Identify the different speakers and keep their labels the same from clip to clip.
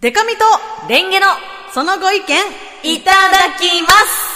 Speaker 1: デカミと
Speaker 2: レンゲの
Speaker 1: そのご意見
Speaker 2: いただきます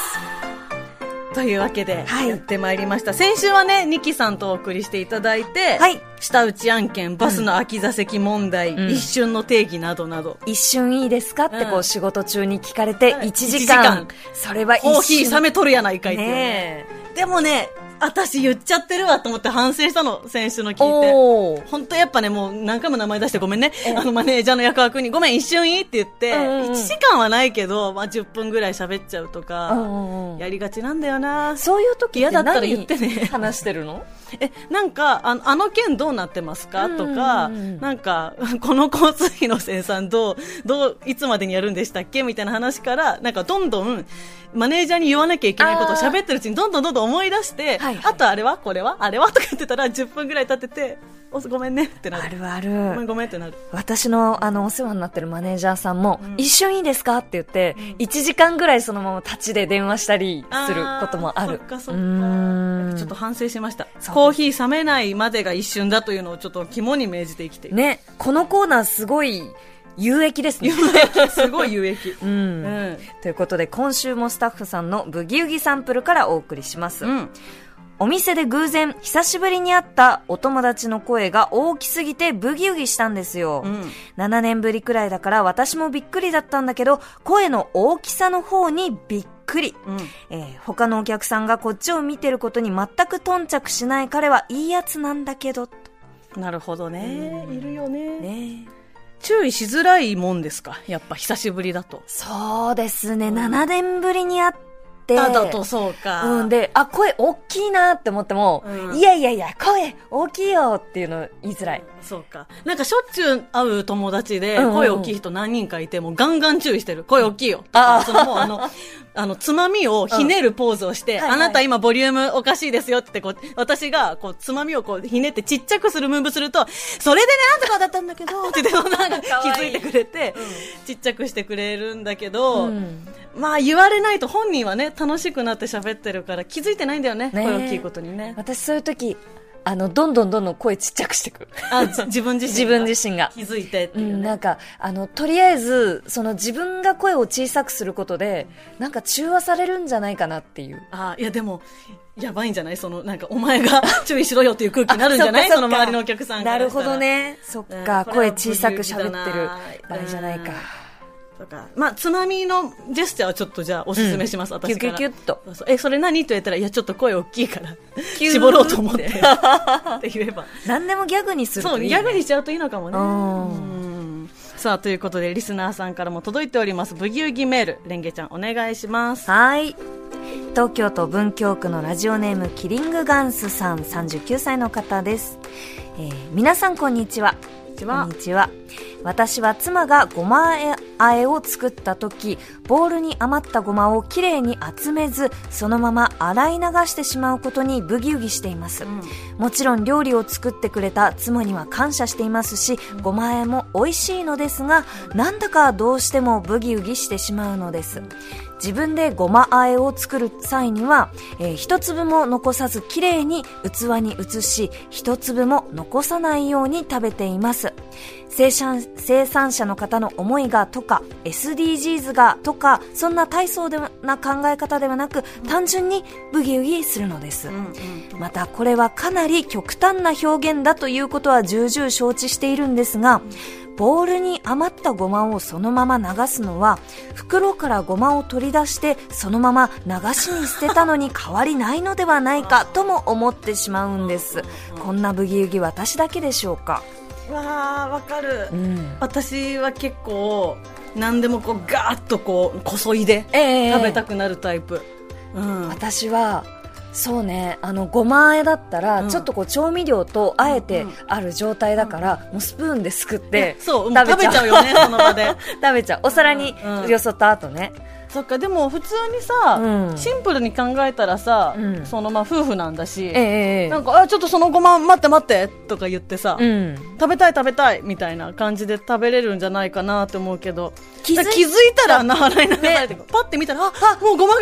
Speaker 1: というわけで、
Speaker 2: はい
Speaker 1: やってまいりました先週はねニキさんとお送りしていただいて、
Speaker 2: はい
Speaker 1: 下打ち案件バスの空き座席問題、
Speaker 2: うん
Speaker 1: 一瞬の定義などなど、
Speaker 2: 一瞬いいですかってこ
Speaker 1: う
Speaker 2: うん仕事中に聞かれて
Speaker 1: はい
Speaker 2: 1時
Speaker 1: 一時
Speaker 2: 間。
Speaker 1: 間
Speaker 2: それは一瞬。
Speaker 1: コーヒー冷めとるやないかいっていうね
Speaker 2: ねえ。
Speaker 1: でもね私言っちゃってるわと思って反省したの先週の聞いて
Speaker 2: おー。
Speaker 1: 本当やっぱねもう何回も名前出してごめんね
Speaker 2: ええ
Speaker 1: あのマネージャーの役枠にごめん一瞬いいって言って、
Speaker 2: うんうんうん
Speaker 1: 1時間はないけど、まあ、10分ぐらい喋っちゃうとか、
Speaker 2: うんうんうん
Speaker 1: やりがちなんだよな
Speaker 2: そういう時
Speaker 1: 嫌だったら言ってね
Speaker 2: 何話してるの
Speaker 1: えなんかあのあの件どうなってますかとか、
Speaker 2: うんうんうん
Speaker 1: なんか この交通費の生産どうどういつまでにやるんでしたっけみたいな話からなんかどんどんマネージャーに言わなきゃいけないことを
Speaker 2: あー
Speaker 1: 喋ってるうちにどんどんどんどん思い出して、
Speaker 2: はいはい
Speaker 1: あとあれはこれはあれはとか言ってたら10分ぐらい経ってておごめんねってな
Speaker 2: あ
Speaker 1: る
Speaker 2: るあ
Speaker 1: ごめん
Speaker 2: る。
Speaker 1: ごめんってなる
Speaker 2: 私の、あの、お世話になってるマネージャーさんも、
Speaker 1: うん
Speaker 2: 一瞬いいですかって言って、1時間ぐらいそのまま立ちで電話したりすることもある。
Speaker 1: ーそっかそっ
Speaker 2: う
Speaker 1: か
Speaker 2: ーん
Speaker 1: ちょっと反省しました
Speaker 2: す
Speaker 1: コーヒー冷めないまでが一瞬だというのをちょっと肝に銘じて生きていく、
Speaker 2: ね、このコーナーすごい有益ですね。
Speaker 1: すごい有益、
Speaker 2: う。
Speaker 1: うんん
Speaker 2: ということで、今週もスタッフさんのブギウギサンプルからお送りします。
Speaker 1: うん、
Speaker 2: お店で偶然、久しぶりに会ったお友達の声が大きすぎてブギウギしたんですよ。
Speaker 1: うん
Speaker 2: 7年ぶりくらいだから私もびっくりだったんだけど、声の大きさの方にびっくり。
Speaker 1: うん
Speaker 2: えー他のお客さんがこっちを見てることに全く頓着しない彼はいいやつなんだけど、と
Speaker 1: なるほどね、いるよね
Speaker 2: ね。
Speaker 1: 注意しづらいもんですか、やっぱ久しぶりだと。
Speaker 2: そうですね、7年ぶりに会って。
Speaker 1: だだとそうか。
Speaker 2: うん、で、あ、声大きいなって思っても、
Speaker 1: うん
Speaker 2: いやいやいや、声大きいよっていうの言いづらい。
Speaker 1: そうか。なんかしょっちゅう会う友達で、
Speaker 2: うんうんうん
Speaker 1: 声大きい人何人かいて、もうガンガン注意してる。声大きいよ。と
Speaker 2: あ
Speaker 1: か
Speaker 2: ー
Speaker 1: そのもうあの、あの、つまみをひねるポーズをして、
Speaker 2: うんはいはい
Speaker 1: あなた今ボリュームおかしいですよってこう、私がこう、つまみをこう、ひねってちっちゃくするムーブすると、それでね、あんとかだったんだけど、って言ってなんか
Speaker 2: か
Speaker 1: 気
Speaker 2: わ
Speaker 1: づ
Speaker 2: いい
Speaker 1: いてくれて、ちっちゃくしてくれるんだけど、
Speaker 2: うん
Speaker 1: まあ言われないと本人はね楽しくなって喋ってるから気づいてないんだよね
Speaker 2: ね
Speaker 1: 声大きいことにね
Speaker 2: 私そういう時、あの、どんどんどんどん声ちっちゃくしてい く。
Speaker 1: あじ自分自身
Speaker 2: 自分
Speaker 1: 身
Speaker 2: 自身が。
Speaker 1: 気づいてって
Speaker 2: う、
Speaker 1: いうんね、
Speaker 2: なんか、あの、とりあえず、その自分が声を小さくすることで、なんか中和されるんじゃないかなっていう。
Speaker 1: あいやでもやばいんじゃないそのなんかお前が 注意しろよっていう空気になるんじゃない
Speaker 2: あ
Speaker 1: そ
Speaker 2: っかっ
Speaker 1: の
Speaker 2: か
Speaker 1: 周りのお客さんから
Speaker 2: なる
Speaker 1: した
Speaker 2: ほ
Speaker 1: ら
Speaker 2: どね。そっ
Speaker 1: う
Speaker 2: か、
Speaker 1: んこれ
Speaker 2: 声
Speaker 1: は
Speaker 2: 小さく喋ってる
Speaker 1: ブギウギだな
Speaker 2: 場合じゃないか。
Speaker 1: とかまあつまみのジェスチャーはちょっとじゃあおすすめしま
Speaker 2: キ
Speaker 1: す、
Speaker 2: ュ
Speaker 1: 私
Speaker 2: キ
Speaker 1: から
Speaker 2: ュキュッと。
Speaker 1: そうそうえそれ何と言ったらいやちょっと声大き いから
Speaker 2: キュー
Speaker 1: 絞ろうと思ってって言え ば
Speaker 2: 何でもギャグにする
Speaker 1: そ
Speaker 2: と
Speaker 1: う
Speaker 2: いい、ね。
Speaker 1: ギャグにしちゃうといいのかもね
Speaker 2: うん
Speaker 1: うんさあということでリスナーさんからも届いておりますブギウギメールレンゲちゃんお願いします
Speaker 2: はい。東京都文京区のラジオネームキリングガンスさん39歳の方です、えー皆さんこんにちはこんに
Speaker 1: ちは
Speaker 2: 私は妻がごまあえを作った時ボウルに余ったごまをきれいに集めずそのまま洗い流してしまうことにブギウギしています、もちろん料理を作ってくれた妻には感謝していますし、ごまあえも美味しいのですが、なんだかどうしてもブギウギしてしまうのです。自分でごまあえを作る際には、えー一粒も残さずきれいに器に移し、一粒も残さないように食べています。生産生産者の方の思いがとか SDGs がとかそんな大層ではな考え方ではなく単純にブギウギするのです、またこれはかなり極端な表現だということは重々承知しているんですが、ボウルに余ったごまをそのまま流すのは、袋からごまを取り出してそのまま流しに捨てたのに変わりないのではないかとも思ってしまうんです。こんなブギウギ私だけでしょうか。
Speaker 1: わあわかる、
Speaker 2: ん。
Speaker 1: 私は結構何でもこうガーッとこうこそいで
Speaker 2: え
Speaker 1: 食べたくなるタイプ、うん
Speaker 2: 私はそうねあのごまあえだったら、
Speaker 1: うん
Speaker 2: ちょっとこう調味料とあえて
Speaker 1: うんうん
Speaker 2: ある状態だから、もうスプーンですくって
Speaker 1: そうもう食べちゃう
Speaker 2: う
Speaker 1: よねその場で
Speaker 2: 食べちゃうお皿に
Speaker 1: うんうん
Speaker 2: よそった後ね、
Speaker 1: そっかでも普通にさ、
Speaker 2: うん
Speaker 1: シンプルに考えたらさ、
Speaker 2: うん
Speaker 1: そのまあ夫婦なんだし、
Speaker 2: ええええ
Speaker 1: なんかあちょっとそのごま待って待ってとか言ってさ、
Speaker 2: うん、
Speaker 1: 食べたい食べたいみたいな感じで食べれるんじゃないかなって思うけど
Speaker 2: 気づい
Speaker 1: だから気づいたらあんな洗い流されて、パッて見たらああもうごまが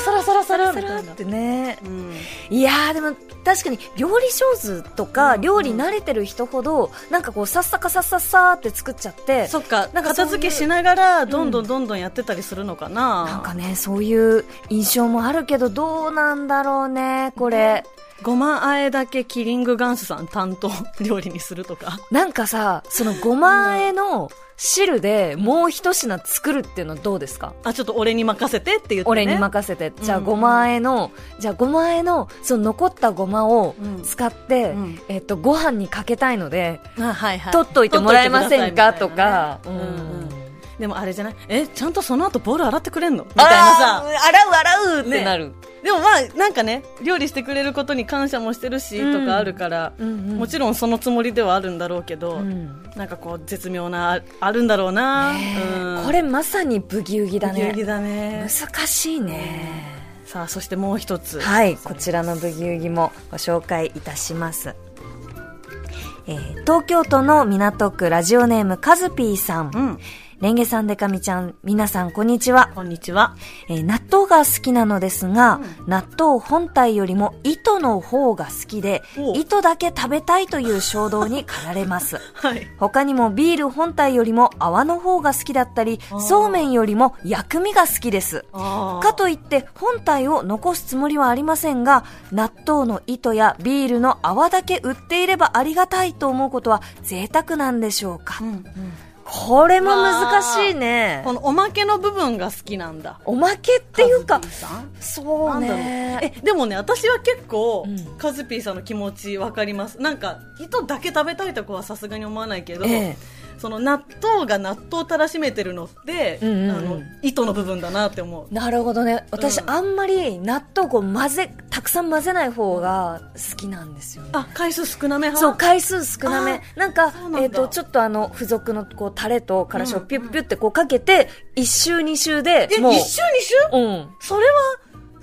Speaker 1: サラサラサラサラみたいな
Speaker 2: ってね
Speaker 1: うん
Speaker 2: いやーでも確かに料理上手とか
Speaker 1: うん
Speaker 2: 料理慣れてる人ほどなんかこうさっさかさっさっさーって作っちゃって
Speaker 1: そっか
Speaker 2: なんかそういう
Speaker 1: 片付けしながらどんどんどんどんやってたりするのかな,、
Speaker 2: なんかねそういう印象もあるけどどうなんだろうねこれ
Speaker 1: ごまあえだけキリングガンスさん担当 料理にするとか
Speaker 2: なんかさそのごまあえの汁でもう一品作るっていうのはどうですか
Speaker 1: あちょっと俺に任せてって言って、ね、
Speaker 2: 俺に任せて、じゃあ
Speaker 1: うん
Speaker 2: ごまあえのじゃあごまあえのその残ったごまを使って、
Speaker 1: うん
Speaker 2: えっと、ご飯にかけたいので、
Speaker 1: あはいはい
Speaker 2: 取っといてもらえませんかと
Speaker 1: 取っといてくださ
Speaker 2: か
Speaker 1: い、
Speaker 2: う
Speaker 1: みたいなねうんうん
Speaker 2: ん
Speaker 1: でもあれじゃないえちゃんとその後ボウル洗ってくれんのみたいな
Speaker 2: あ
Speaker 1: さ
Speaker 2: ー洗う洗うっ
Speaker 1: ね
Speaker 2: てなる、
Speaker 1: でもまあなんかね料理してくれることに感謝もしてるし、
Speaker 2: うん
Speaker 1: とかあるから、もちろんそのつもりではあるんだろうけど、
Speaker 2: うん
Speaker 1: なんかこう絶妙なああるんだろうな、
Speaker 2: ねえ
Speaker 1: うん
Speaker 2: これまさにブギウギだ
Speaker 1: ギュウ
Speaker 2: ね
Speaker 1: ギだね
Speaker 2: 難しいね
Speaker 1: さあそしてもう一つ
Speaker 2: はいこちらのブギウギもご紹介いたしますえー東京都の港区ラジオネームカズピーさ。
Speaker 1: うんん
Speaker 2: レンゲさんでかみちゃん、皆さんこんにちは。
Speaker 1: こんにちは
Speaker 2: えー納豆が好きなのですが、納豆本体よりも糸の方が好きで
Speaker 1: お、う
Speaker 2: 糸だけ食べたいという衝動に駆られます。
Speaker 1: はい
Speaker 2: 他にもビール本体よりも泡の方が好きだったり
Speaker 1: あー、
Speaker 2: そうめんよりも薬味が好きです。
Speaker 1: あ
Speaker 2: かといって本体を残すつもりはありませんが、納豆の糸やビールの泡だけ売っていればありがたいと思うことは贅沢なんでしょうか。
Speaker 1: うんうん
Speaker 2: これも難しいね
Speaker 1: こ。のおまけの部分が好きなんだ
Speaker 2: おまけっていうか
Speaker 1: カズピ、ーさん
Speaker 2: そうね。
Speaker 1: えでもね私は結構、
Speaker 2: うん
Speaker 1: カズピーさんの気持ちわかりますなんか糸だけ食べたいとこはさすがに思わないけど、
Speaker 2: ええ
Speaker 1: その納豆が納豆をたらしめてるのって、
Speaker 2: うんうんうん
Speaker 1: あの糸の部分だなって思う
Speaker 2: なるほどね。私、
Speaker 1: うん
Speaker 2: あんまり納豆を混ぜ、たくさん混ぜない方が好きなんですよね。
Speaker 1: あ回数少なめ派
Speaker 2: そう、回数少なめ。なんか
Speaker 1: そうなん、だ
Speaker 2: えっ、と、ちょっとあの、付属のこう、タレとからしをピュッピュってこうかけて、一周二周で
Speaker 1: え、
Speaker 2: もう、
Speaker 1: 一周二周
Speaker 2: うん。
Speaker 1: それは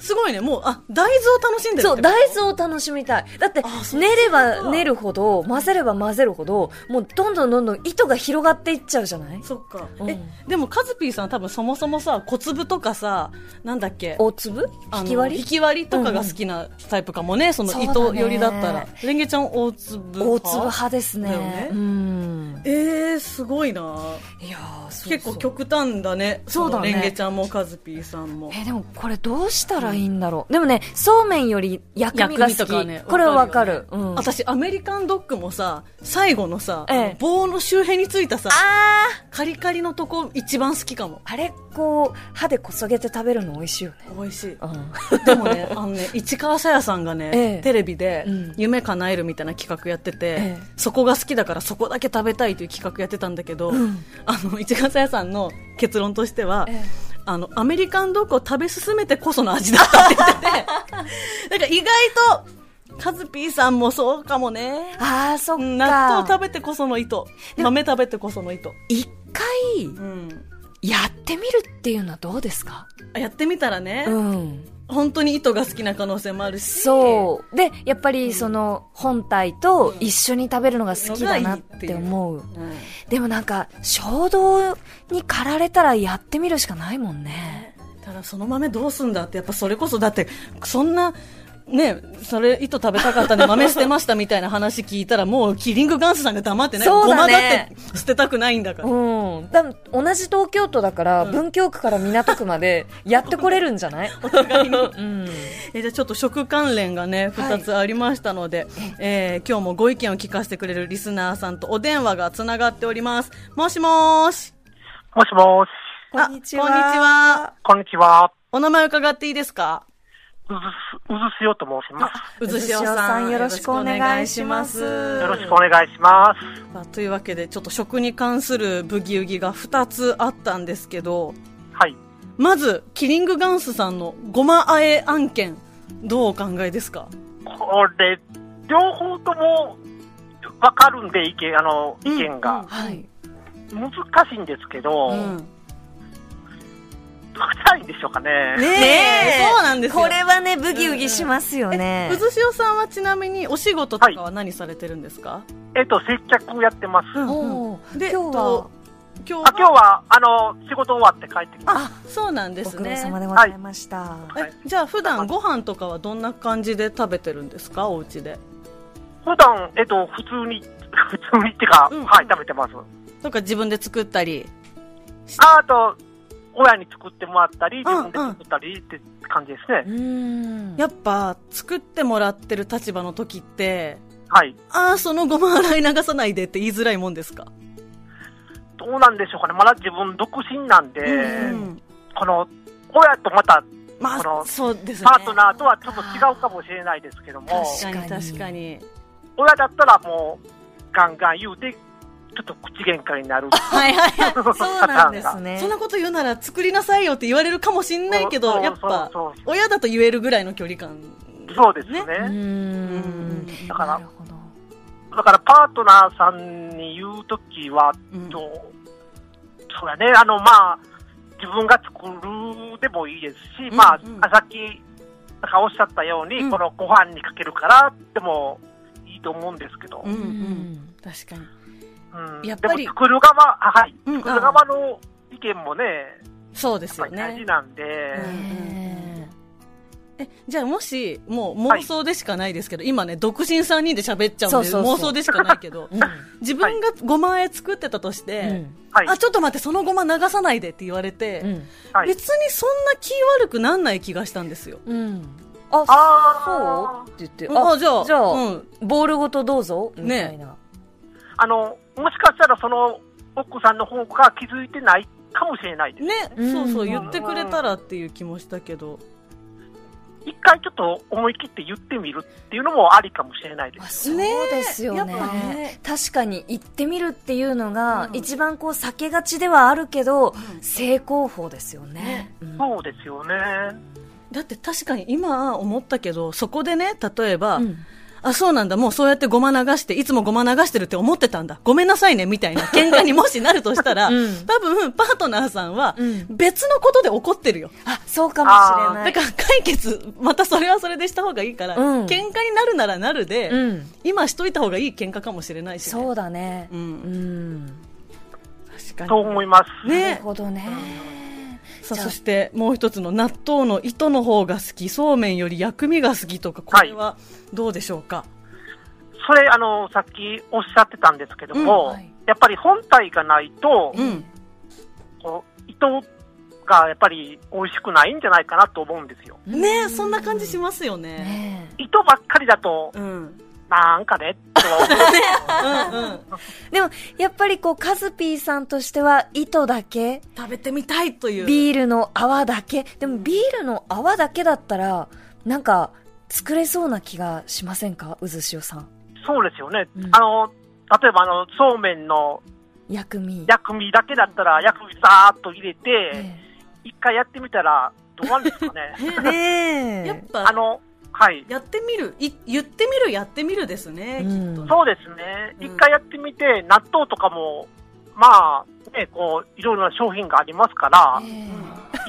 Speaker 1: すごいねもうあ大豆を楽しんでる
Speaker 2: そう、
Speaker 1: ってこと
Speaker 2: 大豆を楽しみたい。だって
Speaker 1: あ、そう
Speaker 2: 練れば練るほど、混ぜれば混ぜるほど、もうどんどんどんどん糸が広がっていっちゃうじゃない
Speaker 1: そっか、
Speaker 2: うん
Speaker 1: えでもカズピーさん多分そもそもさ小粒とかさなんだっけ
Speaker 2: 大粒
Speaker 1: あの
Speaker 2: 引き割り
Speaker 1: 引き割りとかが好きなタイプかもね、その糸寄りだった
Speaker 2: そうだ
Speaker 1: ら
Speaker 2: ね
Speaker 1: レンゲちゃん大粒派
Speaker 2: 大粒派ですね。
Speaker 1: だよね
Speaker 2: うん。
Speaker 1: えー、すごいない
Speaker 2: やーそうそう
Speaker 1: 結構極端だね
Speaker 2: そうだね
Speaker 1: のレンゲちゃんもカズピーさんも
Speaker 2: えでもこれどうしたらいいんだろう、でもねそうめんより薬味が好き、これはわかる
Speaker 1: よ
Speaker 2: う
Speaker 1: ね
Speaker 2: ん、
Speaker 1: 私アメリカンドッグもさ最後のさ、
Speaker 2: ええ
Speaker 1: 棒の周辺についたさ
Speaker 2: あ
Speaker 1: カリカリのとこ一番好きかも
Speaker 2: ーあれこう歯でこそげて食べるの美味しいよね、
Speaker 1: 美味しい
Speaker 2: うん、
Speaker 1: でもね あのね市川さやさんがね、
Speaker 2: ええ
Speaker 1: テレビで
Speaker 2: うん
Speaker 1: 夢叶えるみたいな企画やってて、
Speaker 2: ええ
Speaker 1: そこが好きだからそこだけ食べたいという企画やってたんだけど、あの市川さやさんの結論としては、
Speaker 2: ええ
Speaker 1: あのアメリカンドッグを食べ進めてこその味だったって 言っててなんか意外とカズピーさんもそうかもね
Speaker 2: ああそっか
Speaker 1: うん納豆食べてこその糸豆食べてこその糸、
Speaker 2: 一回
Speaker 1: うん、
Speaker 2: やってみるっていうのはどうですか
Speaker 1: やってみたらね、
Speaker 2: うん
Speaker 1: 本当に糸が好きな可能性もあるし
Speaker 2: そうでやっぱりその本体と一緒に食べるのが好きだなって思う、
Speaker 1: う、うん
Speaker 2: でもなんか衝動に駆られたらやってみるしかないもんね
Speaker 1: ただその豆どうすんだってやっぱそれこそだってそんなねそれ糸食べたかったんで豆捨てましたみたいな話聞いたらもうキリングガンスさんが黙ってね
Speaker 2: そう
Speaker 1: ご
Speaker 2: だ
Speaker 1: まだっ
Speaker 2: ね
Speaker 1: て捨てたくないんだから、
Speaker 2: うん、多分同じ東京都だから、文京区から港区ま でやってこれるんじゃない
Speaker 1: お互いに
Speaker 2: うん、
Speaker 1: えじゃあちょっと食関連が
Speaker 2: は
Speaker 1: ね
Speaker 2: い
Speaker 1: 2つありましたので、えー今日もご意見を聞かせてくれるリスナーさんとお電話がつながっておりますもしもーし
Speaker 3: もしもーし。
Speaker 2: こんにちは
Speaker 1: あこんにちは
Speaker 3: こんにちは。
Speaker 1: お名前伺っていいですか
Speaker 3: うずす、うずすよと申します。
Speaker 1: う
Speaker 2: ず
Speaker 1: ず
Speaker 2: し
Speaker 1: し
Speaker 2: お
Speaker 1: お
Speaker 2: さ
Speaker 1: さ
Speaker 2: ん
Speaker 1: ん
Speaker 2: よろしくお願いします
Speaker 1: よろ
Speaker 3: よろしくお願いします。
Speaker 1: さあというわけでちょっと食に関するブギウギが2つあったんですけど
Speaker 3: はい。
Speaker 1: まずキリングガンスさんのごまあえ案件どうお考えですか
Speaker 3: これ、両方とも、わかるんで、意見、あの、意見が。
Speaker 2: はい、
Speaker 3: 難しいんですけど、
Speaker 1: うん
Speaker 3: 答えないんでしょうかね。
Speaker 1: ね
Speaker 2: ねえ
Speaker 1: そうなんですよ
Speaker 2: これはねブギウギしますよね、
Speaker 1: うずしおさんはちなみにお仕事とかは何されてるんですか、
Speaker 3: えっと、接客やってます。
Speaker 1: うん
Speaker 2: おー
Speaker 1: で
Speaker 2: 今日は
Speaker 1: 今
Speaker 3: あ今日は、あの、仕事終わって帰ってきま
Speaker 1: あそうなんで
Speaker 2: ご
Speaker 1: す
Speaker 2: 苦労
Speaker 1: ね
Speaker 2: 様でございました、
Speaker 3: はい
Speaker 1: えじゃあ普段ご飯とかはどんな感じで食べてるんですかお家で
Speaker 3: す。普段、えっと、普通に、 普通にっていうか、
Speaker 1: うん
Speaker 3: はい、食べてます。
Speaker 1: とか自分で作ったり
Speaker 3: ああと、親に作ってもらったり、自
Speaker 1: うん
Speaker 3: 分で作ったりって感じですね。
Speaker 2: うーん
Speaker 1: やっぱ作ってもらってる立場の時って
Speaker 3: はい。
Speaker 1: ああそのごま洗い流さないでって言いづらいもんですか、
Speaker 3: どうなんでしょうかね。まだ自分独身なんで、
Speaker 1: うん
Speaker 3: この、親とまた、
Speaker 1: ま
Speaker 3: こ
Speaker 1: あ
Speaker 3: の
Speaker 1: そうですね
Speaker 3: パートナーとはちょっと違うかもしれないですけども、
Speaker 1: 確かに確
Speaker 2: 確
Speaker 1: か
Speaker 2: か
Speaker 1: に
Speaker 3: 親だったらもう、ガンガン言うて、ちょっと口喧嘩になる。
Speaker 1: はいはいは
Speaker 2: そうなんですね
Speaker 1: いそんなこと言うなら作りなさいよって言われるかもしんないけど
Speaker 3: そう
Speaker 1: やっぱ
Speaker 3: そうそう
Speaker 1: 親だと言えるぐらいの距離感
Speaker 3: そうですね。
Speaker 2: うー
Speaker 1: うん
Speaker 2: ん
Speaker 3: だから
Speaker 2: なるほど
Speaker 3: だからパートナーさんに言うときは、
Speaker 1: うん
Speaker 3: どうそうやね、あの、まあ、自分が作るでもいいですし、
Speaker 1: うん
Speaker 3: まあ、
Speaker 1: うん
Speaker 3: さっき、なんかおっしゃったように、
Speaker 1: うん
Speaker 3: このご飯にかけるからでもいいと思うんですけど、
Speaker 1: う
Speaker 3: うんん
Speaker 1: うん確かにやっ
Speaker 3: で
Speaker 1: ぱ
Speaker 3: も
Speaker 1: り
Speaker 3: 作る側、あはい、
Speaker 1: うん
Speaker 3: 作る側の意見もね、
Speaker 1: そうで
Speaker 3: やっ
Speaker 1: す
Speaker 3: ぱ
Speaker 1: よ
Speaker 3: り大事
Speaker 1: ね
Speaker 3: なんで、
Speaker 1: うん
Speaker 2: ね
Speaker 1: えじゃあもしもう妄想でしかないですけど、今ね独身3人で喋っちゃうんで
Speaker 2: そうそうそう
Speaker 1: 妄想でしかないけど
Speaker 2: え
Speaker 1: 自分がごまあえ作ってたとして、
Speaker 3: はい、
Speaker 1: あちょっと待ってそのごま流さないでって言われて、
Speaker 2: うん
Speaker 3: はい。
Speaker 1: 別にそんな気悪くなんない気がしたんですよ。
Speaker 2: うん、うん、あ
Speaker 3: あ
Speaker 2: そうっ
Speaker 3: ー
Speaker 2: て言って
Speaker 1: あじゃあ
Speaker 2: じゃあ、
Speaker 1: うん
Speaker 2: ボールごとどうぞみたいな、
Speaker 3: あの、もしかしたらその奥さんの方が気づいてないかもしれないです。
Speaker 1: ね、
Speaker 2: うん
Speaker 1: そうそう言ってくれたらっていう気もしたけど、
Speaker 3: 一回ちょっと思い切って言ってみるっていうのもありかもしれないです。
Speaker 2: あそうですよね
Speaker 1: ねえやっぱね
Speaker 2: 確かに行ってみるっていうのが、
Speaker 1: うん
Speaker 2: 一番こう避けがちではあるけど、
Speaker 1: ん
Speaker 2: 正攻法ですよね
Speaker 1: ね
Speaker 2: うん
Speaker 3: そうですよね。
Speaker 1: だって確かに今思ったけどそこでね例えば、
Speaker 2: うん
Speaker 1: あそうなんだもうそうやってごま流していつもごま流してるって思ってたんだごめんなさいねみた いな喧嘩にもしなるとしたら、
Speaker 2: うん
Speaker 1: 多分パートナーさんは
Speaker 2: うん
Speaker 1: 別のことで怒ってるよ。
Speaker 2: あそうかもしれな
Speaker 1: だ
Speaker 2: い
Speaker 1: から解決、またそれはそれでした方がいいから、
Speaker 2: うん
Speaker 1: 喧嘩になるならなるで、
Speaker 2: うん、
Speaker 1: 今しといた方がいい喧嘩かもしれないし、ね。
Speaker 2: そうだね
Speaker 1: う。
Speaker 2: うんん、
Speaker 1: 確かに。
Speaker 3: と思います。
Speaker 1: ね
Speaker 2: なるほどね、
Speaker 1: さあ、
Speaker 2: じゃあ
Speaker 1: そしてもう一つの納豆の糸の方が好き、そうめんより薬味が好きとか、こ
Speaker 3: はい
Speaker 1: れはどうでしょうか、
Speaker 3: それ、あの、さっきおっしゃってたんですけども、
Speaker 2: うんはい
Speaker 3: やっぱり本体がないと、
Speaker 1: うん。
Speaker 3: こう糸がやっぱり美味しくないんじゃないかなと思うんですよ。
Speaker 1: ねえそんな感じしますよね。
Speaker 2: ねえ
Speaker 3: 糸ばっかりだと、
Speaker 1: うん。うん
Speaker 3: なんかね、とは思う。
Speaker 1: うん。
Speaker 2: でもやっぱりこうカズピーさんとしては糸だけ
Speaker 1: 食べてみたいという。
Speaker 2: ビールの泡だけでもビールの泡だけだったらなんか作れそうな気がしませんかうずしおさん
Speaker 3: そうですよね。
Speaker 2: うん
Speaker 3: あの、例えばあの、そうめんの
Speaker 2: 薬味
Speaker 3: 薬味だけだったら、薬味ザーっと入れ て、
Speaker 2: え
Speaker 3: 一回やってみたら、どうなんですかね。
Speaker 2: えねえ
Speaker 1: やっぱ、
Speaker 3: あの、はい。
Speaker 1: やってみるい、言ってみる、やってみるですね、
Speaker 2: うん
Speaker 1: きっとね。
Speaker 3: そうですね。
Speaker 1: うん
Speaker 3: 一回やってみて、納豆とかも、まあ、ね、こう、いろいろな商品がありますから、
Speaker 2: え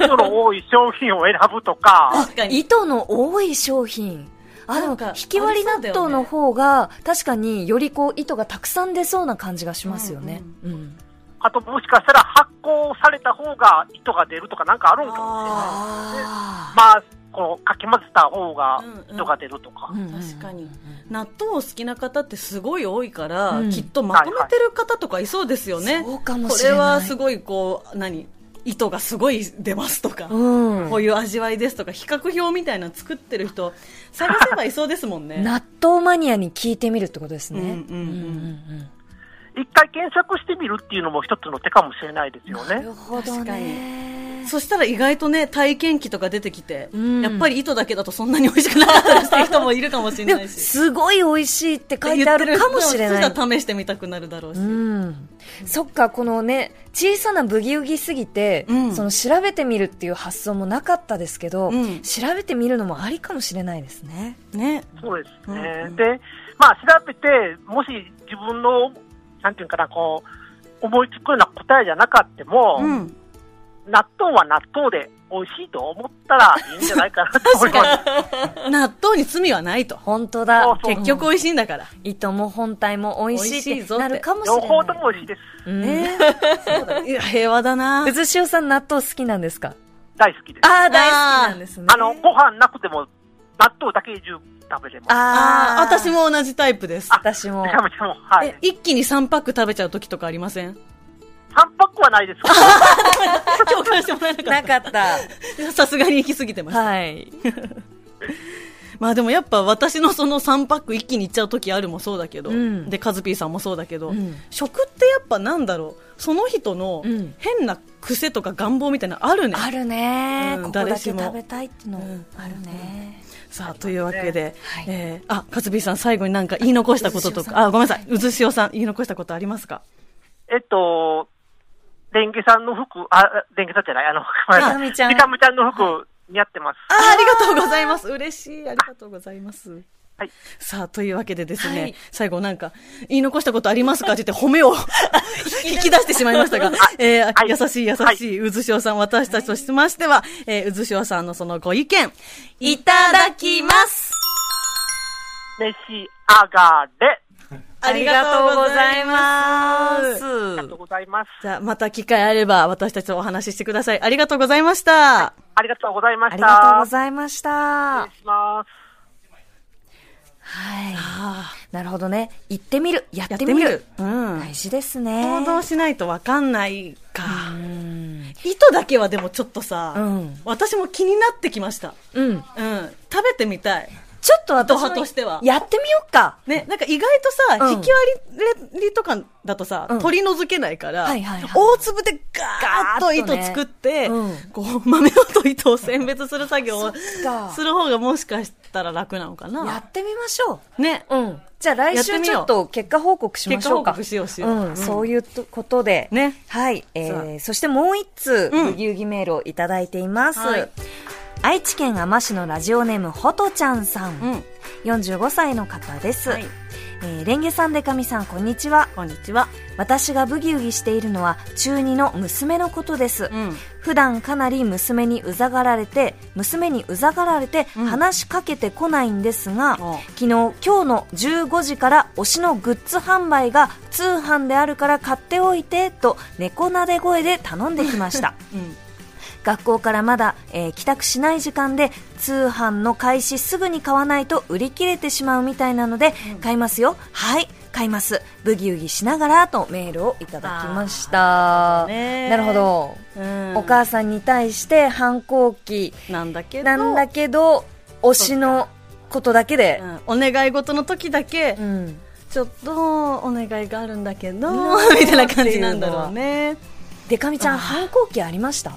Speaker 2: え
Speaker 3: 人の多い商品を選ぶ とか、
Speaker 1: 確かに。
Speaker 2: 糸の多い商品あで
Speaker 1: な
Speaker 2: も
Speaker 1: んか
Speaker 2: 引き割り納豆の方が確かによりこう糸がたくさん出そうな感じがしますよね、うん
Speaker 3: あともしかしたら発酵された方が糸が出るとかなんかあるんかもしれない。
Speaker 2: あ
Speaker 3: まあ、こう、かき混ぜた方が
Speaker 1: うんうん
Speaker 3: 糸が出るとか。
Speaker 2: ー
Speaker 1: 確かに納豆を好きな方ってすごい多いから、
Speaker 2: うん
Speaker 1: きっとまとめてる方とかいそうですよね。
Speaker 2: そうかも
Speaker 1: こ
Speaker 2: しれ
Speaker 1: れ
Speaker 2: ない
Speaker 1: はすごいこう、何糸がすごい出ますとか、
Speaker 2: うん
Speaker 1: こういう味わいですとか、比較表みたいなの作って る人、探せばいそうですもんね。
Speaker 2: 納豆マニアに聞いてみるってことですね
Speaker 1: うんうんうん
Speaker 2: うん
Speaker 3: 一回検索してみるっていうのも一つの手かもしれないですよ
Speaker 2: な
Speaker 3: ね
Speaker 2: る。ほど
Speaker 1: 確か
Speaker 2: ね
Speaker 1: そしたら意外とね、体験記とか出てきて、
Speaker 2: うん
Speaker 1: やっぱり糸だけだとそんなに美味しくなかったりしてる人もいるかもしれ
Speaker 2: で
Speaker 1: な
Speaker 2: も
Speaker 1: いし。
Speaker 2: すごい美味しいって書いてあるかもしれない
Speaker 1: 言ってる人は試してみたくなるだろうし。
Speaker 2: うん、そっかこのね小さなブギウギすぎて、
Speaker 1: うん
Speaker 2: その調べてみるっていう発想もなかったですけど、
Speaker 1: うん
Speaker 2: 調べてみるのもありかもしれないですね
Speaker 1: ね。
Speaker 3: そうですね。
Speaker 1: うんうん
Speaker 3: で、まあ、調べて、もし自分の、なんていうかな、こう、思いつくような答えじゃなかっても、
Speaker 1: うん。
Speaker 3: 納豆は納豆で美味しいと思ったらいいんじゃないかなと思います。
Speaker 1: 納豆に罪はないと。
Speaker 2: 本当だ
Speaker 3: そう。そう
Speaker 1: 結局美味しいんだから。
Speaker 2: 糸も本体も美味し
Speaker 1: 美
Speaker 2: い
Speaker 1: 味し
Speaker 2: っ
Speaker 1: い
Speaker 2: て
Speaker 1: ぞって
Speaker 2: なるかもしれ
Speaker 3: 両
Speaker 2: ない。
Speaker 3: 方とも美味しいです。
Speaker 2: うん
Speaker 1: ねいや平和だな
Speaker 2: う。ずしおさん納豆好きなんですか
Speaker 3: 大好きです。
Speaker 2: ああ、大好きなんですね。
Speaker 3: あの、ご飯なくても、納豆だけ十分食べれます。
Speaker 1: あ
Speaker 2: ああ、
Speaker 1: あ、私。も同じタイプです。
Speaker 2: 私も
Speaker 3: めち。ゃめちゃもう、は
Speaker 1: え
Speaker 3: い。
Speaker 1: 一気に3パック食べちゃう時とかありませ ん
Speaker 3: 三パックはな いですけど。
Speaker 1: 共感してもらえなか
Speaker 2: な
Speaker 1: っ
Speaker 2: か った。
Speaker 1: た。さすがに行き過ぎてました。
Speaker 2: はい。
Speaker 1: まあでもやっぱ私のその3パック一気に行っちゃう時あるもそうだけど、
Speaker 2: うん
Speaker 1: で、カズピーさんもそうだけど、
Speaker 2: うん
Speaker 1: 食ってやっぱなんだろう、その人の
Speaker 2: うん
Speaker 1: 変な癖とか願望みたいなのあるね。
Speaker 2: あるね、
Speaker 1: うん
Speaker 2: ここだけ
Speaker 1: 誰しも
Speaker 2: 食べたいってのあるね。
Speaker 1: さあ、というわけで、
Speaker 2: はい
Speaker 1: えーあ、カズピーさん最後になんか言い残したこととか、あ、ごめんなさい、うずしおさん言い残したことありますか
Speaker 3: えっと、レンゲさんの服、あ、レンゲさんじゃない、あの、ごめんなさい
Speaker 2: リカミちゃん
Speaker 3: リカミちゃんの服似合ってます。
Speaker 1: あありがとうございます。嬉しい。ありがとうございます。
Speaker 3: はい。
Speaker 1: さあ、というわけでですね、
Speaker 2: はい
Speaker 1: 最後なんか、言い残したことありますかって言って褒めを 引き出してしまいましたが、えー
Speaker 3: はい
Speaker 1: 優しい優
Speaker 3: は
Speaker 1: しい、うずしおさん、私たちとしましては、えーうずしおさんのそのご意見、
Speaker 2: いただきます。
Speaker 3: 召し上がれ。
Speaker 2: ありがとうございま
Speaker 1: ありがとうございます
Speaker 3: ありが
Speaker 2: す
Speaker 3: とう。ございます。
Speaker 1: じゃあ、また機会あれば、私たちとお話ししてください。ありがとうございました。
Speaker 3: ありがとうございま
Speaker 2: あ
Speaker 3: し
Speaker 2: り
Speaker 3: た。
Speaker 2: がとうご
Speaker 3: い
Speaker 2: ざいました。
Speaker 3: します。
Speaker 2: はい。
Speaker 1: あ
Speaker 2: なるほどね。行ってみる。やっ
Speaker 1: ーやってて
Speaker 2: みる。
Speaker 1: みる。うん。
Speaker 2: 大事ですね。
Speaker 1: 行動しないとわかんないか。
Speaker 2: うん。
Speaker 1: 糸だけはでもちょっとさ、
Speaker 2: うん
Speaker 1: 私も気になってきました。
Speaker 2: うん。
Speaker 1: うん。食べてみたい。
Speaker 2: ちょっと私も
Speaker 1: ド派としては
Speaker 2: やってみようか。
Speaker 1: ね、なんか意外とさ、
Speaker 2: うん
Speaker 1: 引き割りとかだとさ、
Speaker 2: うん
Speaker 1: 取り除けないから、
Speaker 2: はいはいはい
Speaker 1: 大粒でガーッと
Speaker 2: ガーッと
Speaker 1: 糸
Speaker 2: ね
Speaker 1: 作って、
Speaker 2: うん
Speaker 1: こう 豆と糸を選別する作業を
Speaker 2: そっか
Speaker 1: する方がもしかしたら楽なのか
Speaker 2: や
Speaker 1: な。
Speaker 2: ってみましょう。
Speaker 1: ね。
Speaker 2: うん。じゃあ来
Speaker 1: や
Speaker 2: 週
Speaker 1: ってみ
Speaker 2: ち
Speaker 1: よう
Speaker 2: ょっと結果報告しましょうか。
Speaker 1: 結果報告しようしよう
Speaker 2: う、
Speaker 1: うんん
Speaker 2: そういうとことで。
Speaker 1: ね
Speaker 2: はい。え
Speaker 1: そ
Speaker 2: ー、そしてもう一通、
Speaker 1: うん
Speaker 2: ブギウギメールをいただいています。
Speaker 1: はい
Speaker 2: 愛知県海市のラジオネーム、ほとちゃんさん。
Speaker 1: うん。
Speaker 2: 45歳の方です。
Speaker 1: はい
Speaker 2: えーレンゲさん、デカミさん、こんにちは。
Speaker 1: こんにちは。
Speaker 2: 私がブギウギしているのは、中二の娘のことです。
Speaker 1: うん。
Speaker 2: 普段かなり娘にうざがられて娘にうざがられて
Speaker 1: うん
Speaker 2: 話しかけてこないんですが、
Speaker 1: おう
Speaker 2: 昨日今日の15時から推しのグッズ販売が通販であるから買っておいてと猫なで声で頼んできました。
Speaker 1: うん。
Speaker 2: 学校からまだ、えー帰宅しない時間で通販の開始すぐに買わないと売り切れてしまうみたいなので、買いますよはい買いますブギウギしながらとメールをいただきました
Speaker 1: あーね
Speaker 2: なるほど
Speaker 1: うん
Speaker 2: お母さんに対して反抗期
Speaker 1: なんだけど、
Speaker 2: なんだけど推しのことだけで、
Speaker 1: うん、お願い事の時だけ、
Speaker 2: うん
Speaker 1: ちょっとお願いがあるんだけど、
Speaker 2: うん
Speaker 1: みたいな感じなんだろうね。
Speaker 2: でかみちゃん
Speaker 1: あー
Speaker 2: 反抗期ありました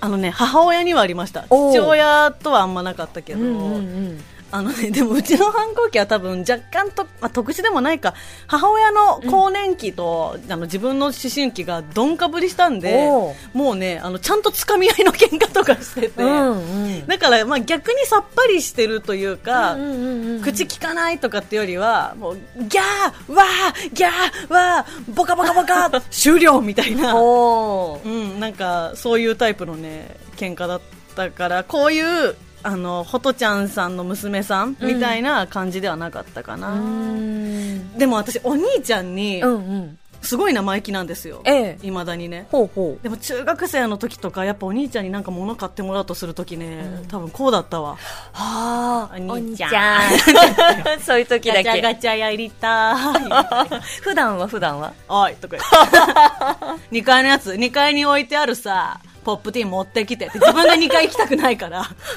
Speaker 1: あのね、母親にはありました。
Speaker 2: おう
Speaker 1: 父親とはあんまなかったけど、
Speaker 2: うん
Speaker 1: あのね、でもうちの反抗期は多分若干と、まあ、特殊でもないか、母親の更年期と、あの自分の思春期がどんかぶりしたんで
Speaker 2: おう、
Speaker 1: もうね、あのちゃんとつかみ合いの喧嘩とかしてて、
Speaker 2: うんうん
Speaker 1: だからまあ逆にさっぱりしてるというか、
Speaker 2: うんうんうんうん
Speaker 1: 口聞かないとかってよりは、もう、ギャーわーギャーわーボカボカボカ終了みたいな。
Speaker 2: おー
Speaker 1: うん、なんか、そういうタイプのね、喧嘩だったから、こういう、あの、ほとちゃんさんの娘さんみたいな感じではなかったかな。
Speaker 2: うん
Speaker 1: でも私、お兄ちゃんに
Speaker 2: う、んうん
Speaker 1: すごい生意気なんですよ。
Speaker 2: ええ
Speaker 1: いまだにね。
Speaker 2: ほうほ
Speaker 1: でも中学生の時とか、やっぱお兄ちゃんになんか物買ってもらおうとする時ね、多分こうだったわ。
Speaker 2: うはあ
Speaker 1: お兄ちゃん
Speaker 2: んそういう時だ
Speaker 1: ガチャガ
Speaker 2: け
Speaker 1: チャやり たーい。
Speaker 2: 普段は普段は
Speaker 1: おいとか言って2 階のやつ2階に置いてあるさポップティーン持ってきてって自分が2階行きたくないから
Speaker 2: か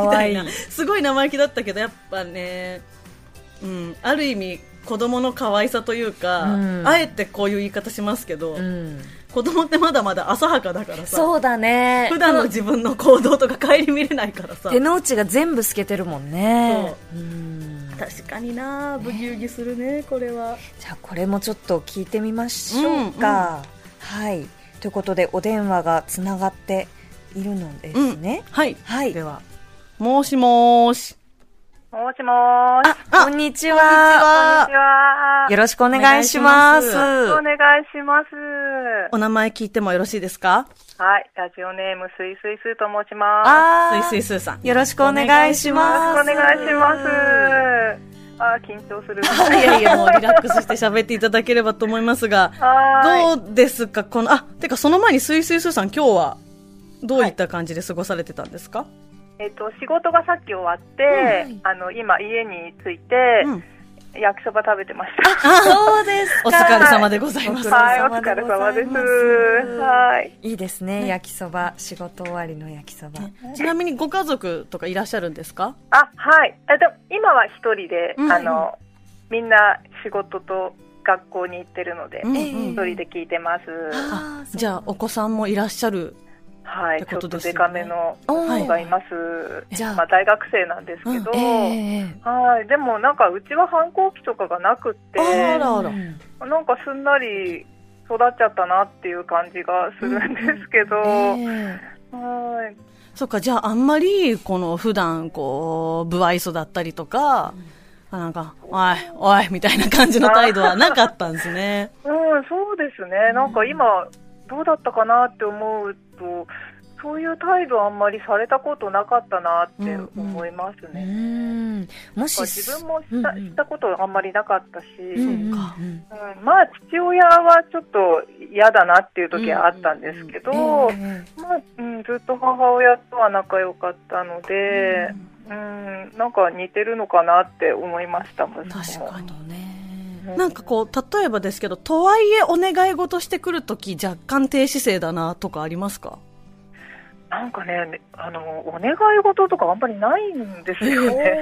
Speaker 1: み
Speaker 2: わ
Speaker 1: た
Speaker 2: いい
Speaker 1: なすごい生意気だったけどやっぱね、うん、ある意味子供の可愛さというか、
Speaker 2: うん
Speaker 1: あえてこういう言い方しますけど、
Speaker 2: うん
Speaker 1: 子供ってまだまだ浅はかだからさ
Speaker 2: そうだね
Speaker 1: 普段の自分の行動とか顧みれないからさ
Speaker 2: 手の内が全部透けてるもんねうん
Speaker 1: 確かになブギウギするねこれは
Speaker 2: じゃあこれもちょっと聞いてみましょうか、はいということでお電話がつながっているのですね、
Speaker 1: はい、
Speaker 2: はい
Speaker 1: ではもしもーし
Speaker 4: もしもーし。
Speaker 2: あこんにちは
Speaker 4: こんにちは。
Speaker 2: よろしくお願いします。
Speaker 1: お願
Speaker 4: お願いします。
Speaker 1: お名前聞いてもよろしいですか
Speaker 4: はい、ラジオネームすいすいすーと申します。
Speaker 2: あ
Speaker 1: スイ
Speaker 2: ー
Speaker 1: スイスーさん。
Speaker 2: よろしくお願いします。
Speaker 4: お願いします。あー、緊張 する。
Speaker 1: いやいや、もうリラックスして喋っていただければと思いますが、
Speaker 4: は
Speaker 1: どうですかこの、あ、てかその前にスイスイスーさん今日はどういった感じで過ごされてたんですか、
Speaker 4: い。えっと、仕事がさっき終わって、あの、今家に着いて、
Speaker 1: うん。
Speaker 4: 焼きそば食べてました。
Speaker 2: そうですか。
Speaker 1: お疲れ様でございます。
Speaker 4: はい、お疲れ様です。はい。
Speaker 2: いいですね、焼きそば。仕事終わりの焼きそば。
Speaker 1: ちなみにご家族とかいらっしゃるんですか
Speaker 4: あ、はい。えっと、今は一人で、
Speaker 1: うん
Speaker 4: あの、みんな仕事と学校に行ってるので、
Speaker 1: うん
Speaker 4: 一
Speaker 1: うん
Speaker 4: 人で聞いてます。
Speaker 2: あー
Speaker 1: じゃあ、お子さんもいらっしゃる。
Speaker 4: は
Speaker 1: って
Speaker 4: い、ちょ
Speaker 1: こ
Speaker 4: っ
Speaker 1: と
Speaker 4: と
Speaker 1: ですよね
Speaker 4: デカめの子がいます。
Speaker 1: じゃあ
Speaker 4: まあ、大学生なんですけど、
Speaker 2: えええ
Speaker 4: はい、でもなんかうちは反抗期とかがなくって、
Speaker 1: あ
Speaker 4: な
Speaker 1: らあ
Speaker 2: え
Speaker 1: ら。
Speaker 4: んかすんなり育っちゃったなっていう感じがするんですけど、
Speaker 2: え
Speaker 4: はい、
Speaker 1: そっか、じゃああんまり、この普段、こう、不愛想だったりとか、あなんか、おい、おい、みたいな感じの態度はなかったんですね。
Speaker 4: うん、そうですね、なんか今、どうだったかなって思うと、そういう態度あんまりされたことなかったなって思いますね。
Speaker 2: うーんもし
Speaker 4: なんか自分もした,、
Speaker 2: うんうん
Speaker 4: したことあんまりなかったし、
Speaker 2: うん
Speaker 4: うん
Speaker 2: うん
Speaker 1: か
Speaker 2: うん
Speaker 4: まあ父親はちょっと嫌だなっていう時はあったんですけど、
Speaker 2: ええ
Speaker 4: まあ、うん、ずっと母親とは仲良かったので、うん、なんか似てるのかなって思いました、息子
Speaker 1: 確
Speaker 4: も
Speaker 1: かに。
Speaker 2: ね
Speaker 1: なんかこう、例えばですけど、とはいえお願い事してくるとき、若干低姿勢だな、とかありますか
Speaker 4: なんかね、あの、お願い事とかあんまりないんですよね。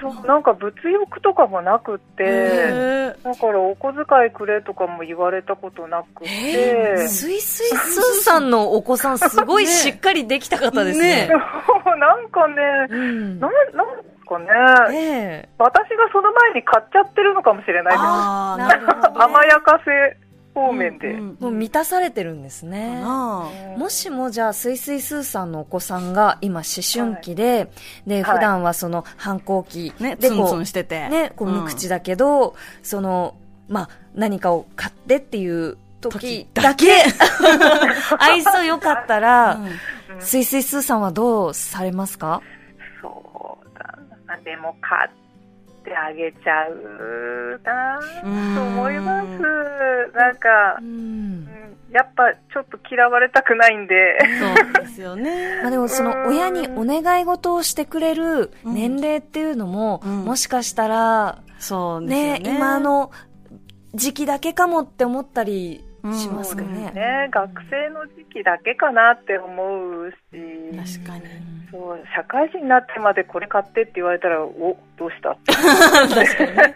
Speaker 4: そうなんか物欲とかもなくって、
Speaker 1: え
Speaker 4: だからお小遣いくれとかも言われたことなくて、
Speaker 2: スイスイスーさんのお子さんすごい
Speaker 1: ね
Speaker 2: しっかりできた方ですね。
Speaker 1: ね
Speaker 4: なんかね、
Speaker 2: うん
Speaker 4: なん、なんですかね、
Speaker 2: ええ
Speaker 4: 私がその前に買っちゃってるのかもしれないです。
Speaker 1: あー、
Speaker 2: なるほどね
Speaker 4: 甘やかせ方面で。
Speaker 2: もう満たされてるんですね。
Speaker 1: なあ。
Speaker 4: うん
Speaker 2: もしもじゃあ、すいすいすーさんのお子さんが今思春期で、で、
Speaker 4: はい
Speaker 2: 普段はその反抗期
Speaker 1: ね、
Speaker 2: で
Speaker 1: ツンツ
Speaker 2: こ
Speaker 1: ンしてて。
Speaker 2: う、ね、こう
Speaker 1: うん
Speaker 2: 無口だけど、その、まあ、何かを買ってっていう時
Speaker 1: 時
Speaker 2: だけ、 愛想よかったら、
Speaker 4: うん
Speaker 2: すいすいすーさんはどうされますか
Speaker 4: そうだな。でも買ってあげちゃうな
Speaker 1: うん
Speaker 4: と思います。なんか
Speaker 2: う、ん
Speaker 4: う。んやっぱちょっと嫌われたくないんで。
Speaker 1: そうです よね。
Speaker 2: まあでもその親にお願い事をしてくれる年齢っていうのも、
Speaker 1: うん
Speaker 2: もしかしたら、
Speaker 1: そうですよ
Speaker 2: ね
Speaker 1: ね。
Speaker 2: 今、の時期だけかもって思ったりしますか
Speaker 4: そう
Speaker 2: ね
Speaker 4: です。ね学生の時期だけかなって思うし。
Speaker 1: 確かに。
Speaker 4: そう社会人になってまでこれ買ってって言われたら、おどうしたって、
Speaker 1: 確かにね。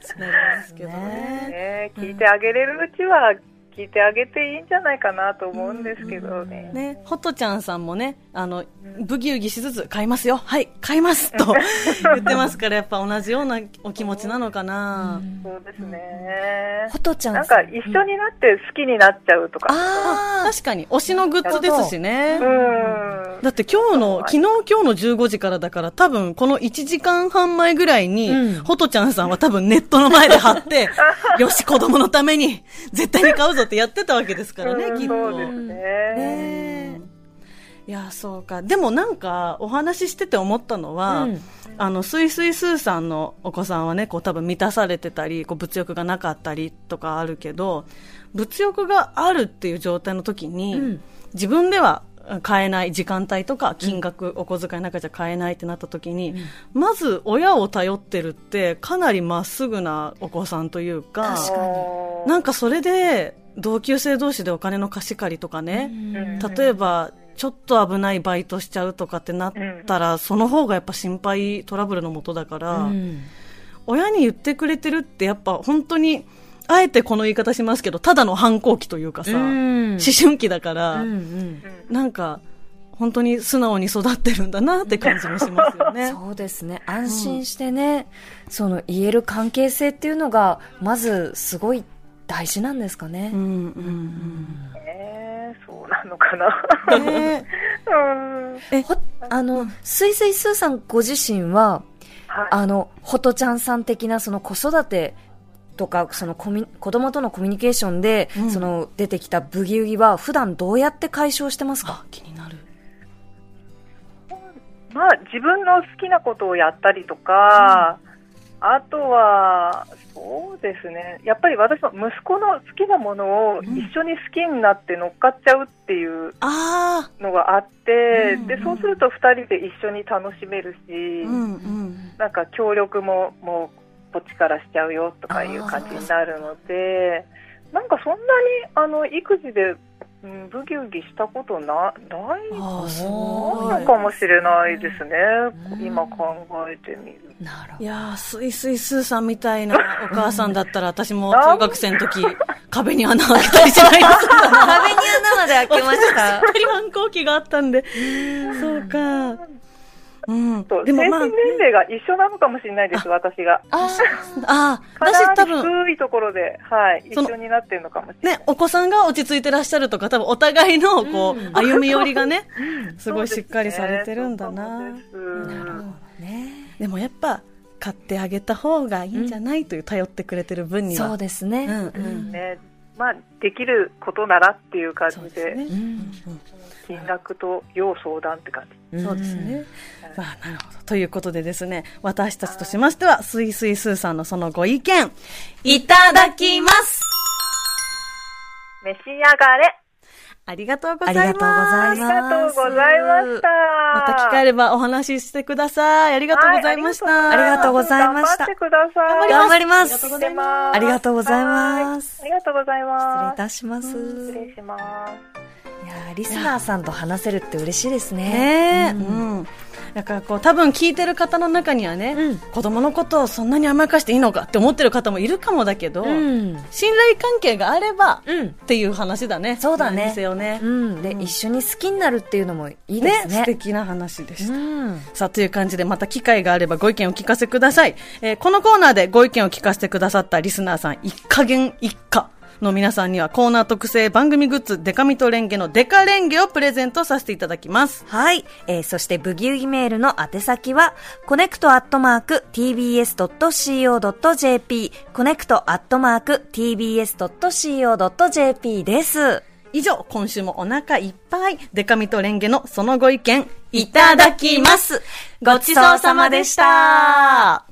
Speaker 1: そうですけどね。
Speaker 4: ね、聞いてあげれるうちは、聞いてあげていいんじゃないかなと思うんですけどね。
Speaker 1: ね、ホトちゃんさんもね、あの、ブギウギしつつ、買いますよ、はい、買いますと言ってますから、やっぱ同じようなお気持ちなのかな。
Speaker 4: そうですね。
Speaker 2: ほとちゃん
Speaker 4: なん
Speaker 2: さ
Speaker 4: か一緒になって好きになっちゃうとか。
Speaker 2: あ
Speaker 1: 確かに、推しのグッズですしね
Speaker 4: う。ん。
Speaker 1: だって今日の、昨日今日の15時からだから、多分この1時間半前ぐらいに、
Speaker 2: うん
Speaker 1: ホトちゃんさんは多分ネットの前で貼 って、よし、子供のために、絶対に買うぞってやってたわけですからね、
Speaker 4: うん
Speaker 1: きっ
Speaker 4: そ
Speaker 1: と。
Speaker 4: うですね。
Speaker 1: ねえいや、そうか。でもなんか、お話ししてて思ったの
Speaker 2: あ
Speaker 1: は、あの、スイスイスーさんのお子さんはね、こう多分満たされてたり、こう物欲がなかったりとかあるけど、物欲があるっていう状態の時に、
Speaker 2: うん
Speaker 1: 自分ではうん買えない時間帯とか金額、お小遣いなんかじゃ買えないってなった時に、まず親を頼ってるってかなりまっすぐなお子さんというか、
Speaker 2: 確かに
Speaker 1: な
Speaker 4: か、
Speaker 1: んかそれで同級生同士でお金の貸し借りとかね、
Speaker 4: うん
Speaker 1: 例えば、ちょっと危ないバイトしちゃうとかってなったら、その方がやっぱ心配、トラブルのもとだから、
Speaker 2: うん
Speaker 1: 親に言ってくれてるってやっぱ本当に、あえてこの言い方しますけど、ただの反抗期というかさ、思
Speaker 2: うん
Speaker 1: 春期だから、
Speaker 2: うん
Speaker 4: うん
Speaker 1: なんか、本当に素直に育ってるんだなって感じもしますよ ね。
Speaker 2: そうですね安心してね、その言える関係性っていうのがまずすごい大事なんですかね、
Speaker 1: うんうん
Speaker 4: ねそうなのかな。
Speaker 1: うん。ね
Speaker 4: うん。はい。
Speaker 2: ほあのすいすいすーさんご自身はあのほとちゃんさん的なその子育てとか、そのコミュ子供とのコミュニケーションで、
Speaker 1: うん
Speaker 2: その出てきたブギウギは普段どうやって解消してますか
Speaker 1: あ気になる
Speaker 4: まあ、自分の好きなことをやったりとか、あとは、そうですね、やっぱり私も息子の好きなものを
Speaker 1: ん
Speaker 4: 一緒に好きになって乗っかっちゃうっていう
Speaker 1: あ
Speaker 4: のがあって、
Speaker 1: うん
Speaker 4: でそうすると2人で一緒に楽しめるし、
Speaker 1: あうんうん
Speaker 4: なんか協力ももうこっちからしちゃうよとかいう感じになるので、なんかそんなにあの育児で、うん、ブギウギしたことなない
Speaker 1: ああす
Speaker 4: そ
Speaker 1: ご
Speaker 4: う
Speaker 1: い
Speaker 4: かもしれないですね、
Speaker 2: うん
Speaker 4: 今考えてみる
Speaker 2: なるほ
Speaker 1: い
Speaker 2: ど。
Speaker 1: やースイスイスーさんみたいなお母さんだったら私も中学生の時壁に穴開けたりしない
Speaker 2: 壁
Speaker 1: です
Speaker 2: に穴まで開けました。
Speaker 1: かり反抗期があったんで そうか うん
Speaker 4: と
Speaker 1: で
Speaker 4: 精
Speaker 1: も
Speaker 4: 神
Speaker 1: まあ
Speaker 4: 年齢が一緒なのかもしれないです、私が。
Speaker 2: あ
Speaker 1: ああ
Speaker 4: かな
Speaker 1: 私多
Speaker 4: り
Speaker 1: 分
Speaker 4: 低いところで、はい、一
Speaker 1: その
Speaker 4: 緒になってるのかもしれない。
Speaker 1: ね、お子さんが落ち着いてらっしゃるとか、多分お互いの、こう、歩み寄りが ね、すごいしっかりされてるんだな。
Speaker 4: そうですねそうかもです
Speaker 2: ーね。
Speaker 1: でもやっぱ、買ってあげた方がいいんじゃないという、頼ってくれてる分には。
Speaker 2: そうですね。
Speaker 1: うんう
Speaker 2: うん
Speaker 1: ん
Speaker 4: ねまあ、できることならっていう感じ
Speaker 1: そう
Speaker 4: で、
Speaker 1: です
Speaker 2: う
Speaker 1: ね。
Speaker 2: ん
Speaker 4: 金額と要相談って感じ。
Speaker 2: うん
Speaker 1: そうですね。まあ、なるほど。ということでですね、私たちとしましては、スイスイスーさんのそのご意見、いただきます
Speaker 4: 召し上がれ
Speaker 1: ありがとうござ
Speaker 2: あ
Speaker 1: い
Speaker 2: り
Speaker 1: ます。
Speaker 2: がとうござ
Speaker 4: あ
Speaker 2: います。
Speaker 4: りがとうございました。
Speaker 1: また機会あればお話ししてください。ありがとうございました。
Speaker 4: は
Speaker 2: ありがとうございました
Speaker 4: 頑張ってください。
Speaker 2: 頑張ります。
Speaker 4: 頑張
Speaker 2: 失
Speaker 4: ってます。
Speaker 2: ありがとうございます
Speaker 4: はいありがとうござい
Speaker 2: 礼
Speaker 4: ま
Speaker 2: い
Speaker 4: す。
Speaker 2: たします。
Speaker 4: 失
Speaker 2: い
Speaker 4: 礼します。
Speaker 2: やーリスナーさんと話せるって嬉しいです
Speaker 1: ねえ、
Speaker 2: ね。
Speaker 1: うんだからこう多分聞いてる方の中にはね、
Speaker 2: うん
Speaker 1: 子供のことをそんなに甘やかしていいのかって思ってる方もいるかもだけど、
Speaker 2: うん。
Speaker 1: 信頼関係があればっ
Speaker 2: うん。
Speaker 1: ていう話だね
Speaker 2: そうだね
Speaker 1: なんですよね,、
Speaker 2: うん。で、一緒に好きになるっていうのもいいで
Speaker 1: ね
Speaker 2: す
Speaker 1: 素
Speaker 2: ね。
Speaker 1: 敵な話でした、
Speaker 2: うん。
Speaker 1: さあという感じでまた機会があればご意見を聞かせください、えーこのコーナーでご意見を聞かせてくださったリスナーさん一家言一家の皆さんにはコーナー特製番組グッズデカミとレンゲのデカレンゲをプレゼントさせていただきます
Speaker 2: はい。えーそして、ブギウギメールの宛先は、コネクトアットマーク tbs.co.jp、コネクトアットマーク tbs.co.jp です。
Speaker 1: 以上、今週もお腹いっぱい、デカミとレンゲのそのご意見、いただきます。ごちそうさまでした。